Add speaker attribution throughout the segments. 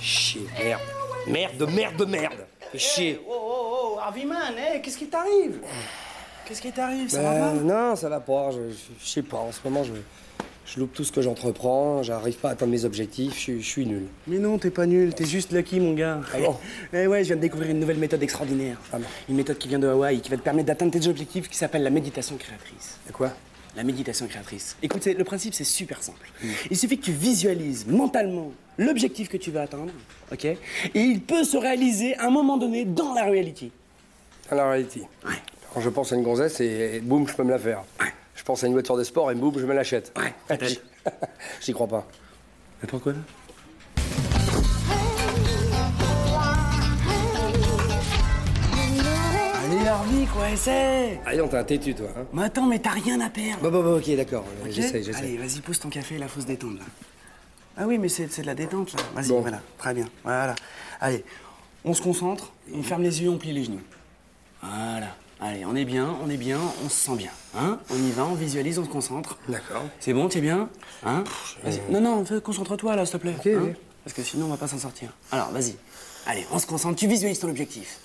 Speaker 1: Chier, merde. Merde, merde, merde. Fais
Speaker 2: Hey,
Speaker 1: chier.
Speaker 2: oh, oh, oh, Harveyman, hey, qu'est-ce qui t'arrive Qu'est-ce qui t'arrive Ça va
Speaker 1: Euh,
Speaker 2: mal
Speaker 1: non, ça va pas. Je, je- je sais pas. En ce moment, je, je loupe tout ce que j'entreprends. J'arrive pas à atteindre mes objectifs. Je, je suis nul.
Speaker 2: Mais non, t'es pas nul, t'es juste lucky, mon gars.
Speaker 1: Ah bon
Speaker 2: Eh ouais, je viens de découvrir une nouvelle méthode extraordinaire.
Speaker 1: Ah bon
Speaker 2: Une méthode qui vient de Hawaï, qui va te permettre d'atteindre tes objectifs, qui s'appelle la méditation créatrice.
Speaker 1: C'est quoi
Speaker 2: La méditation créatrice. Écoute, c'est- le principe, c'est super simple. Il suffit que tu visualises mentalement l'objectif que tu veux atteindre, ok Et il peut se réaliser à un moment donné dans la réalité.
Speaker 1: Alors, reality.
Speaker 2: Ouais.
Speaker 1: Quand je pense à une gonzesse et, et boum, je peux me la faire. Je pense à une voiture de sport et boum, je me l'achète.
Speaker 2: Ouais,
Speaker 1: J'y- J'y crois pas.
Speaker 2: Mais pourquoi Allez, Harvey, quoi, essaie
Speaker 1: Allez, on t'a un têtu, toi. Hein
Speaker 2: Mais attends, mais t'as rien à perdre
Speaker 1: bon, bon, bon, ok, d'accord.
Speaker 2: Ok
Speaker 1: J'essaye, j'essaye.
Speaker 2: Allez, vas-y, pousse ton café, la fausse détente, là. Ah oui, mais c'est c'est de la détente, là. Vas-y,
Speaker 1: Bon.
Speaker 2: voilà, très bien. Voilà. Allez, on se concentre, on ferme les yeux, on plie les genoux. Voilà. Allez, on est bien, on est bien, on se sent bien. Hein On y va, on visualise, on se concentre.
Speaker 1: D'accord.
Speaker 2: C'est bon, t'es bien Hein Vas-y. Non, non, fais- concentre-toi, là, s'il te plaît. hein.
Speaker 1: Ok, oui.
Speaker 2: Parce que sinon, on va pas s'en sortir. Alors, vas-y. Allez, on se concentre, tu visualises ton objectif.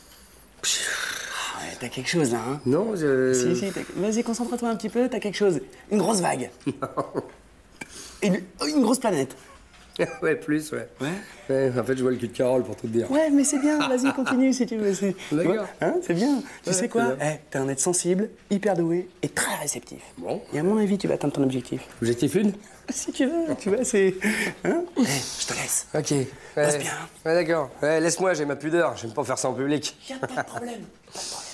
Speaker 2: Ah ouais, t'as quelque chose, là, hein
Speaker 1: Non, je.
Speaker 2: si, si, t'as- vas-y, concentre-toi un petit peu, t'as quelque chose. Une grosse vague. Une, oh, une grosse planète.
Speaker 1: ouais, plus, ouais.
Speaker 2: Ouais.
Speaker 1: En fait, je vois le cul de Carole pour tout te dire.
Speaker 2: Ouais, mais c'est bien, vas-y, continue si tu veux. c'est-
Speaker 1: D'accord.
Speaker 2: Ouais, Hein, c'est bien. Tu
Speaker 1: Ouais,
Speaker 2: sais quoi
Speaker 1: c'est bien.
Speaker 2: Eh, T'es un être sensible, hyper doué et très réceptif.
Speaker 1: Bon.
Speaker 2: Et à mon avis, tu vas atteindre ton objectif.
Speaker 1: Objectif une
Speaker 2: Si tu veux, tu vois, c'est. Hein Eh, je te laisse.
Speaker 1: Ok.
Speaker 2: Passe bien.
Speaker 1: Ouais, d'accord. Ouais, laisse-moi, j'ai ma pudeur. J'aime pas faire ça en public.
Speaker 2: Y a pas de problème. Pas de problème.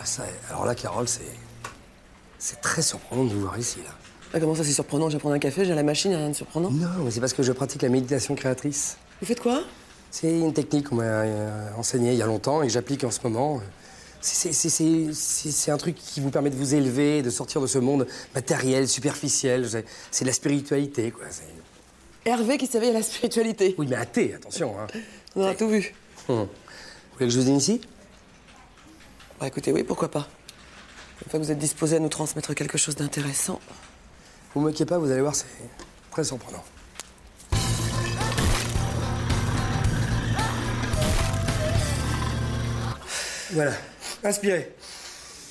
Speaker 1: Ah, ça, alors là, Carole, c'est. C'est très surprenant de vous voir ici, là.
Speaker 3: Ah, comment ça, c'est surprenant Je vais prendre un café, j'ai à la machine, y a rien de surprenant.
Speaker 1: Non, mais c'est parce que je pratique la méditation créatrice.
Speaker 3: Vous faites quoi
Speaker 1: C'est une technique qu'on m'a euh, enseignée il y a longtemps et que j'applique en ce moment. C'est- c'est- c'est- C'est c'est- c'est un truc qui vous permet de vous élever, de sortir de ce monde matériel, superficiel. C'est- C'est de la spiritualité, quoi. C'est-
Speaker 3: Hervé qui s'éveille à la spiritualité.
Speaker 1: Oui, mais athée, attention. Hein.
Speaker 3: On aura tout vu.
Speaker 1: Hum. Vous voulez que je vous initie
Speaker 3: Bah écoutez, oui, pourquoi pas. Une fois que vous êtes disposé à nous transmettre quelque chose d'intéressant.
Speaker 1: Vous moquez pas, vous allez voir, c'est très surprenant. Voilà, inspirez.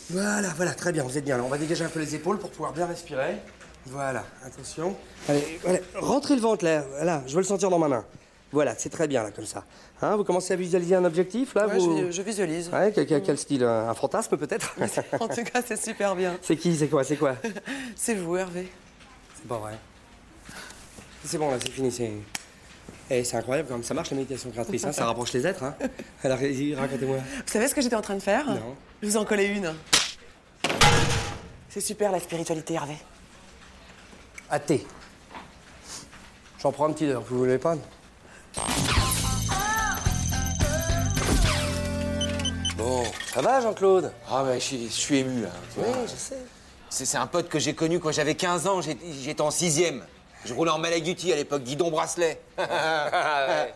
Speaker 1: Voilà, voilà, très bien, vous êtes bien là. On va dégager un peu les épaules pour pouvoir bien respirer. Voilà, attention. Allez, voilà, rentrez le ventre là, voilà, je veux le sentir dans ma main. Voilà, c'est très bien là, comme ça. Hein, vous commencez à visualiser un objectif là
Speaker 3: Ouais,
Speaker 1: vous...
Speaker 3: je, je visualise.
Speaker 1: Ouais, quel, quel- quel style Un un fantasme peut-être
Speaker 3: En tout cas, c'est super bien.
Speaker 1: C'est qui, c'est quoi, c'est quoi
Speaker 3: C'est vous, Hervé.
Speaker 1: C'est pas vrai. Bah C'est bon, là, c'est fini. C'est Eh, c'est incroyable quand même. Ça marche, la méditation créatrice. hein, ça rapproche les êtres. Hein. Alors, vas-y, racontez-moi.
Speaker 3: Vous savez ce que j'étais en train de faire
Speaker 1: Non.
Speaker 3: Je vous en collais une. C'est super la spiritualité, Hervé.
Speaker 1: Athée. J'en prends un petit d'heure. Vous voulez pas Bon, ça va, Jean-Claude
Speaker 4: Ah bah, je, suis- je suis ému là. tu vois.
Speaker 1: je sais.
Speaker 4: C'est c'est un pote que j'ai connu quand j'avais 15 ans, j'étais j'étais en sixième. Je roulais en Malaguti à l'époque, guidon bracelet.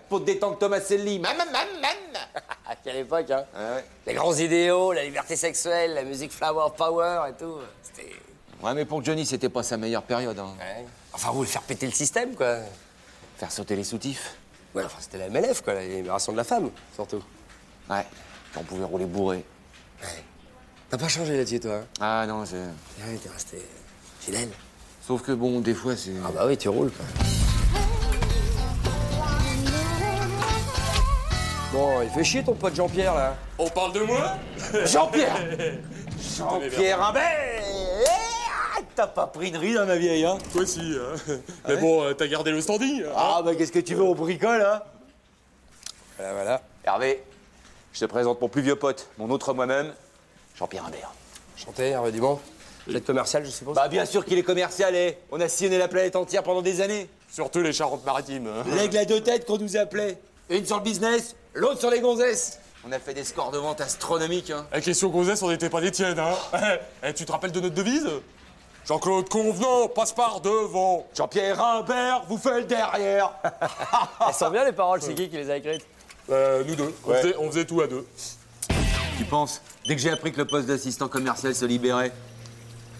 Speaker 4: Pour te détendre Thomas Selly. Mam, mam, mam, mam.
Speaker 1: À quelle époque, hein
Speaker 4: Ouais, ouais.
Speaker 1: Les grands idéaux, la liberté sexuelle, la musique flower power et tout. C'était...
Speaker 4: Ouais, mais pour Johnny, c'était pas sa meilleure période. hein.
Speaker 1: Ouais. Enfin, vous voulez faire péter le système, quoi.
Speaker 4: Faire sauter les soutifs.
Speaker 1: Ouais, enfin, c'était la MLF, quoi, la libération de la femme, surtout.
Speaker 4: Ouais, on pouvait rouler bourré.
Speaker 1: T'as pas changé là-dessus, toi. Hein
Speaker 4: Ah non, je...
Speaker 1: ouais, t'es resté fidèle.
Speaker 4: Sauf que bon, des fois, c'est...
Speaker 1: Ah bah oui, tu roules, quoi. Bon, il fait chier ton pote Jean-Pierre, là.
Speaker 5: On parle de moi
Speaker 4: Jean-Pierre Jean-Pierre Imbert Eh, T'as pas pris de ride, hein, ma vieille, hein
Speaker 5: Toi aussi, hein. Mais bon, euh, t'as gardé le standing.
Speaker 4: Ah, bah qu'est-ce que tu veux, on bricole, hein
Speaker 1: Voilà, Bah voilà.
Speaker 4: Hervé, je te présente mon plus vieux pote, mon autre moi-même, Jean-Pierre Imbert.
Speaker 1: Chanté, Hervé Dubon. Vous êtes commercial, je suppose
Speaker 4: Bah bien sûr qu'il est commercial, eh On a sillonné la planète entière pendant des années.
Speaker 5: Surtout les Charentes-Maritimes. hein.
Speaker 4: L'aigle à deux têtes qu'on nous appelait. Une sur le business, l'autre sur les gonzesses. On a fait des scores de vente astronomiques, hein
Speaker 5: La question gonzesse, on n'était pas des tiennes, hein. Eh, tu te rappelles de notre devise Jean-Claude Convenant passe par devant.
Speaker 4: Jean-Pierre Imbert vous fait le derrière
Speaker 6: Elles sont bien les paroles, c'est qui qui les a écrites
Speaker 5: Euh, nous deux. On, faisait, on faisait tout à deux.
Speaker 4: Tu penses Dès que j'ai appris que le poste d'assistant commercial se libérait,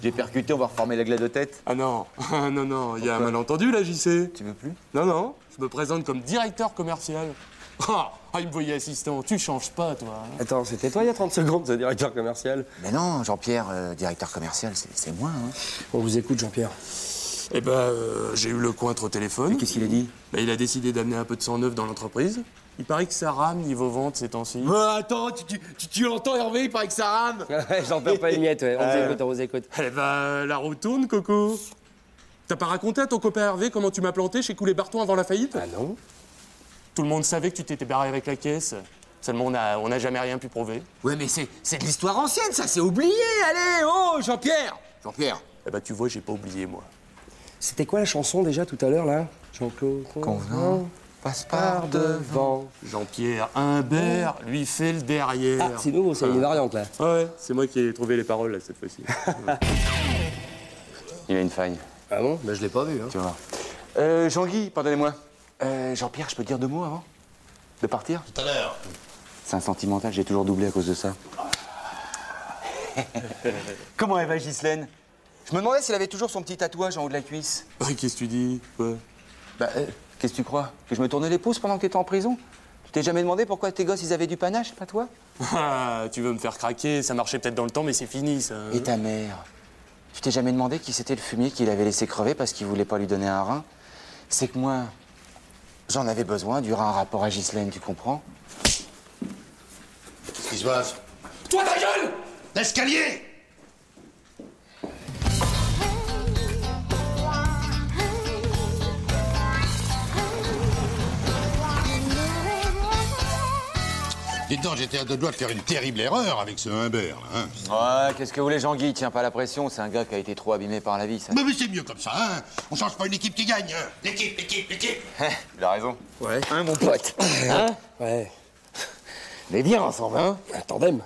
Speaker 4: j'ai percuté, on va reformer l'aigle à deux têtes.
Speaker 5: Ah non, Ah non, non, il y a un malentendu là, JC.
Speaker 4: Tu veux plus
Speaker 5: Non, non, je me présente comme directeur commercial. Ah, ah, il me voyait assistant, tu changes pas, toi. hein.
Speaker 1: Attends, c'était toi il y a 30 secondes, ce directeur commercial
Speaker 4: Mais non, Jean-Pierre, euh, directeur commercial, c'est c'est moi, hein
Speaker 1: On vous écoute, Jean-Pierre.
Speaker 5: Eh ben, euh, j'ai eu le cointre au téléphone.
Speaker 4: Qu'est-ce qu'il a dit
Speaker 5: Ben, il a décidé d'amener un peu de sang neuf dans l'entreprise. Il paraît que ça rame niveau vente ces temps-ci.
Speaker 4: attends, tu, l'entends, Hervé, il paraît que ça rame
Speaker 6: J'en perds pas une miette, ouais. On vous
Speaker 1: Euh.
Speaker 6: écoute, on vous écoute.
Speaker 5: Eh ben, la roue tourne, Coco. T'as pas raconté à ton copain Hervé comment tu m'as planté chez Coulet Barton avant la faillite
Speaker 1: Ah non
Speaker 5: Tout le monde savait que tu t'étais barré avec la caisse. Seulement, on n'a on a jamais rien pu prouver.
Speaker 4: Ouais, mais c'est c'est de l'histoire ancienne, ça, c'est oublié, allez, oh, Jean-Pierre Jean-Pierre
Speaker 5: Eh ben, tu vois, j'ai pas oublié, moi.
Speaker 1: C'était quoi la chanson déjà tout à l'heure là Jean-Claude Convenant
Speaker 4: Passe
Speaker 1: par devant.
Speaker 5: Jean-Pierre Imbert lui fait le
Speaker 1: Ah,
Speaker 5: derrière.
Speaker 1: c'est nouveau, c'est une variante là.
Speaker 5: Ouais, c'est moi qui ai trouvé les paroles, là, cette fois-ci.
Speaker 4: Il a une faille,
Speaker 1: Ah bon Bah je l'ai pas vu. Hein.
Speaker 4: tu vois. Euh, Jean-Guy, pardonnez-moi. Euh, Jean-Pierre, je peux te dire deux mots avant De partir Tout à l'heure. C'est un sentimental, j'ai toujours doublé à cause de ça. Comment elle va, Ghislaine Je me demandais s'il avait toujours son petit tatouage en haut de la cuisse.
Speaker 5: Ouais, Qu'est-ce que tu dis ouais.
Speaker 4: Bah, euh, qu'est-ce que tu crois Que je me tournais les pouces pendant que t'étais en prison Tu t'es jamais demandé pourquoi tes gosses, ils avaient du panache, pas toi
Speaker 5: Ah, tu veux me faire craquer, ça marchait peut-être dans le temps, mais c'est fini, ça.
Speaker 4: Et ta mère Tu t'es jamais demandé qui c'était le fumier qu'il avait laissé crever parce qu'il voulait pas lui donner un rein C'est que moi, j'en avais besoin durant un rapport à Ghislaine, tu comprends
Speaker 7: Qu'est-ce qui se passe
Speaker 4: Toi, ta gueule
Speaker 7: L'escalier Dites donc, j'étais à deux doigts de faire une terrible erreur avec ce Humbert. là, Hein.
Speaker 4: Ouais, qu'est-ce que vous voulez, Jean-Guy Tiens pas la pression, c'est un gars qui a été trop abîmé par la vie, ça.
Speaker 7: Mais, mais c'est mieux comme ça, hein. On change pas une équipe qui gagne. Hein. L'équipe, l'équipe, l'équipe.
Speaker 4: Il a raison.
Speaker 1: Ouais.
Speaker 4: Hein, mon pote
Speaker 1: Ouais.
Speaker 4: Mais bien ensemble, hein
Speaker 1: Un tandem.